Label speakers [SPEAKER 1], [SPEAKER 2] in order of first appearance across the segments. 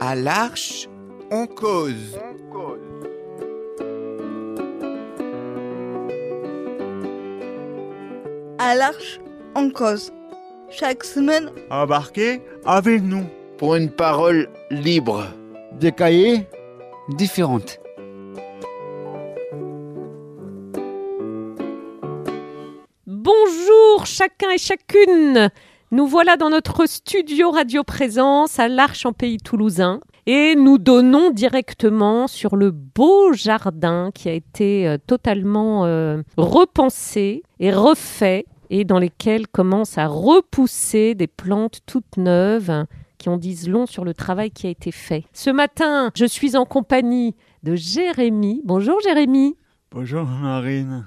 [SPEAKER 1] À l'arche, on cause.
[SPEAKER 2] à l'Arche en cause. Chaque semaine,
[SPEAKER 3] Embarquez avec nous.
[SPEAKER 4] pour une parole libre.
[SPEAKER 5] Des cahiers
[SPEAKER 6] différentes.
[SPEAKER 7] Bonjour chacun et chacune. Nous voilà dans notre studio Radio Présence à l'Arche en Pays Toulousain et nous donnons directement sur le beau jardin qui a été euh, totalement euh, repensé et refait et dans lesquels commencent à repousser des plantes toutes neuves hein, qui en disent long sur le travail qui a été fait. Ce matin, je suis en compagnie de Jérémy. Bonjour Jérémy.
[SPEAKER 3] Bonjour Marine.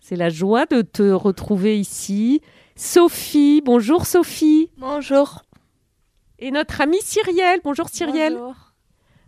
[SPEAKER 7] C'est la joie de te retrouver ici. Sophie, bonjour Sophie.
[SPEAKER 2] bonjour.
[SPEAKER 7] Et notre amie Cyrielle, bonjour Cyrielle.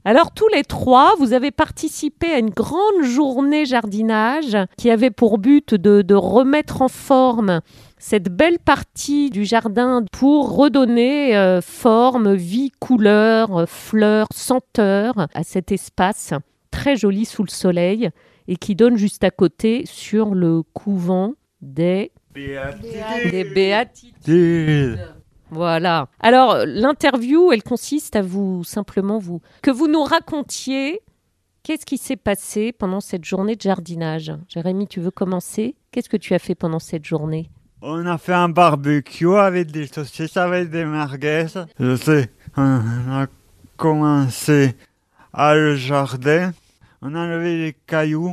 [SPEAKER 7] Alors tous les trois, vous avez participé à une grande journée jardinage qui avait pour but de, de remettre en forme cette belle partie du jardin pour redonner euh, forme, vie, couleur, euh, fleurs, senteur à cet espace très joli sous le soleil et qui donne juste à côté sur le couvent des, des Béatitudes. Voilà. Alors, l'interview, elle consiste à vous simplement vous que vous nous racontiez qu'est-ce qui s'est passé pendant cette journée de jardinage. Jérémy, tu veux commencer Qu'est-ce que tu as fait pendant cette journée
[SPEAKER 3] On a fait un barbecue avec des saucisses, avec des merguez. Je sais, on a commencé à le jardin. On a enlevé les cailloux.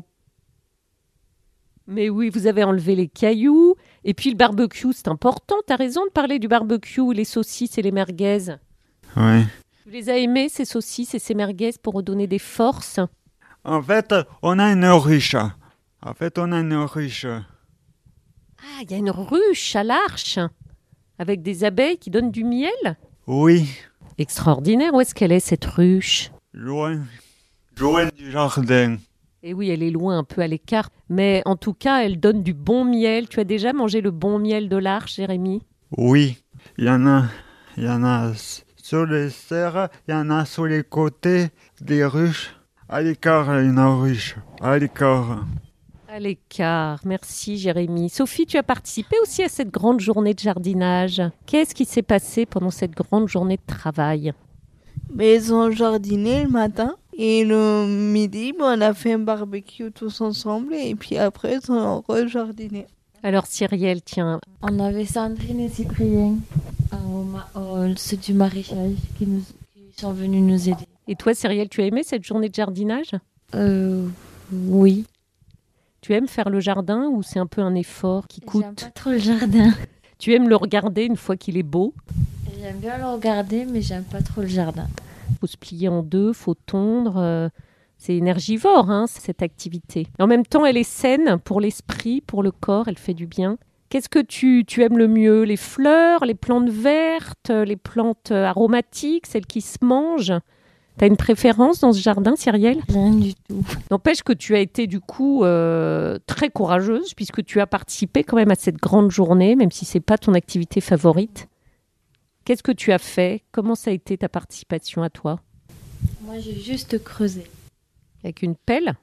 [SPEAKER 7] Mais oui, vous avez enlevé les cailloux et puis le barbecue, c'est important. T'as raison de parler du barbecue, les saucisses et les merguez.
[SPEAKER 3] Oui.
[SPEAKER 7] Tu les as aimées ces saucisses et ces merguez pour redonner des forces.
[SPEAKER 3] En fait, on a une ruche. En fait, on a une ruche.
[SPEAKER 7] Ah, il y a une ruche à l'arche avec des abeilles qui donnent du miel.
[SPEAKER 3] Oui,
[SPEAKER 7] Extraordinaire, où est-ce qu'elle est cette ruche
[SPEAKER 3] loin. Loin du jardin.
[SPEAKER 7] Eh oui, elle est loin, un peu à l'écart, mais en tout cas, elle donne du bon miel. Tu as déjà mangé le bon miel de l'arche, Jérémy
[SPEAKER 3] Oui, il y en a, il y en a s- sur les serres, il y en a sur les côtés des ruches. À l'écart, il y en a une ruche. À l'écart.
[SPEAKER 7] À l'écart, merci Jérémy. Sophie, tu as participé aussi à cette grande journée de jardinage. Qu'est-ce qui s'est passé pendant cette grande journée de travail
[SPEAKER 2] Mais ils ont jardiné le matin. Et le midi, ben, on a fait un barbecue tous ensemble. Et puis après, ils ont rejardiné.
[SPEAKER 7] Alors Cyrielle, tiens,
[SPEAKER 8] On avait Sandrine et Cyprien euh, au ma- au- ceux du maraîchage qui, nous, qui sont venus nous aider.
[SPEAKER 7] et toi Cyrielle, tu as aimé cette journée de jardinage
[SPEAKER 8] Euh, oui.
[SPEAKER 7] Tu aimes faire le jardin ou c'est un peu un effort qui
[SPEAKER 8] J'aime
[SPEAKER 7] coûte
[SPEAKER 8] pas trop le jardin.
[SPEAKER 7] Tu aimes le regarder une fois qu'il est beau
[SPEAKER 8] J'aime bien le regarder, mais j'aime pas trop le jardin.
[SPEAKER 7] faut se plier en deux, faut tondre. euh, c'est énergivore, hein, cette activité. En même temps, elle est saine pour l'esprit, pour le corps, elle fait du bien. Qu'est-ce que tu, tu aimes le mieux Les fleurs, les plantes vertes, les plantes euh, aromatiques, celles qui se mangent T'as une préférence dans ce jardin, Cyrielle
[SPEAKER 8] Rien du tout.
[SPEAKER 7] N'empêche que tu as été du coup euh, très courageuse puisque tu as participé quand même à cette grande journée, même si c'est pas ton activité favorite. Qu'est-ce que tu as fait Comment ça a été ta participation à toi
[SPEAKER 8] Moi, j'ai juste creusé.
[SPEAKER 7] avec une pelle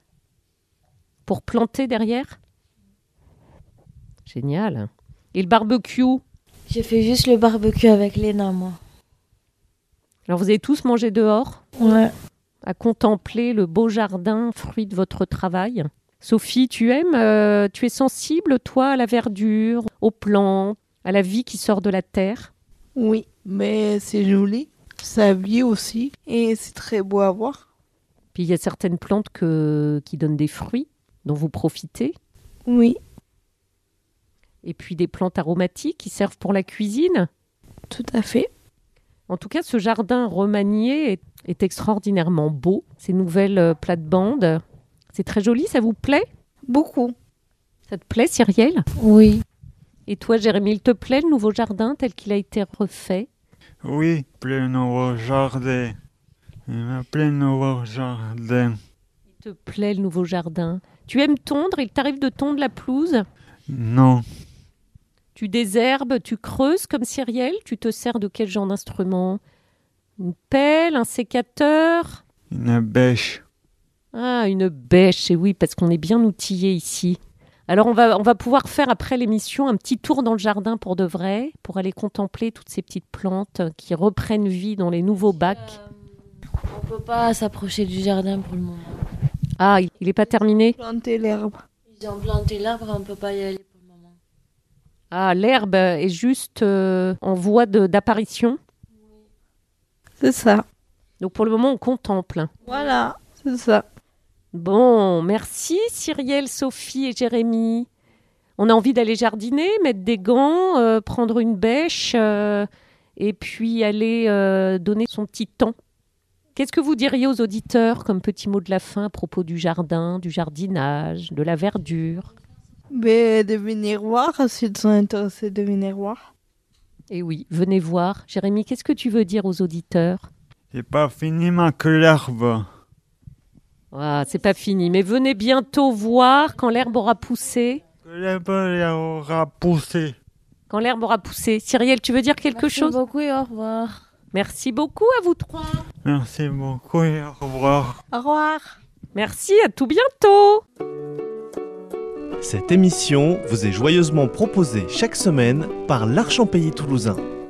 [SPEAKER 7] pour planter derrière. Génial. Et le barbecue.
[SPEAKER 8] J'ai fait juste le barbecue avec Léna, moi.
[SPEAKER 7] Alors vous avez tous mangé dehors,
[SPEAKER 8] Ouais.
[SPEAKER 7] à contempler le beau jardin, fruit de votre travail. Sophie, tu aimes, euh, tu es sensible, toi, à la verdure, aux plantes, à la vie qui sort de la terre.
[SPEAKER 2] Oui, mais c'est joli. Ça vit aussi. Et c'est très beau à voir.
[SPEAKER 7] Puis il y a certaines plantes que- qui donnent des fruits dont vous profitez.
[SPEAKER 2] Oui,
[SPEAKER 7] Et puis des plantes aromatiques qui servent pour la cuisine.
[SPEAKER 2] tout à fait.
[SPEAKER 7] En tout cas, ce jardin remanié est, est extraordinairement beau. Ces nouvelles euh, plates-bandes, c'est très joli, ça vous plaît
[SPEAKER 2] Beaucoup.
[SPEAKER 7] Ça te plaît, Cyrielle
[SPEAKER 8] Oui.
[SPEAKER 7] Et toi, Jérémy, il te plaît le nouveau jardin tel qu'il a été refait
[SPEAKER 3] Oui, plein nouveau jardin. Il y a plein nouveau jardin.
[SPEAKER 7] Il te plaît le nouveau jardin Tu aimes tondre, il t'arrive de tondre la pelouse
[SPEAKER 3] Non,
[SPEAKER 7] Tu désherbes, tu creuses comme Cyrielle Tu te sers de quel genre d'instrument Une pelle, un sécateur.
[SPEAKER 3] Une bêche.
[SPEAKER 7] Ah, une bêche, et oui, parce qu'on est bien outillé ici. Alors on va, on va pouvoir faire après l'émission un petit tour dans le jardin pour de vrai, pour aller contempler toutes ces petites plantes qui reprennent vie dans les nouveaux bacs.
[SPEAKER 8] Euh, on peut pas s'approcher du jardin pour le moment.
[SPEAKER 7] Ah, il n'est pas terminé
[SPEAKER 2] planter l'herbe.
[SPEAKER 8] Ils ont planté l'arbre, on peut pas y aller pour le moment.
[SPEAKER 7] Ah, l'herbe est juste euh, en voie de- d'apparition.
[SPEAKER 2] C'est ça.
[SPEAKER 7] Donc pour le moment, on contemple.
[SPEAKER 2] Voilà, c'est ça.
[SPEAKER 7] Bon, merci Cyrielle, Sophie et Jérémy. On a envie d'aller jardiner, mettre des gants, euh, prendre une bêche euh, et puis aller euh, donner son petit temps. Qu'est-ce que vous diriez aux auditeurs comme petit mot de la fin à propos du jardin, du jardinage, de la verdure
[SPEAKER 2] Mais de venir voir, s'ils sont intéressés de venir voir.
[SPEAKER 7] Eh oui, venez voir. Jérémy, qu'est-ce que tu veux dire aux auditeurs
[SPEAKER 3] J'ai pas fini ma l'herbe.
[SPEAKER 7] Ah, c'est pas fini, mais venez bientôt voir quand l'herbe aura poussé.
[SPEAKER 3] Que l'herbe elle aura poussé.
[SPEAKER 7] Quand l'herbe aura poussé. Cyrielle, tu veux dire quelque
[SPEAKER 8] Merci
[SPEAKER 7] chose
[SPEAKER 8] beaucoup et au revoir.
[SPEAKER 7] Merci beaucoup à vous trois.
[SPEAKER 3] Merci beaucoup et au revoir.
[SPEAKER 2] Au revoir.
[SPEAKER 7] Merci, à tout bientôt
[SPEAKER 5] Cette émission vous est joyeusement proposée chaque semaine par l'Archampélie toulousain.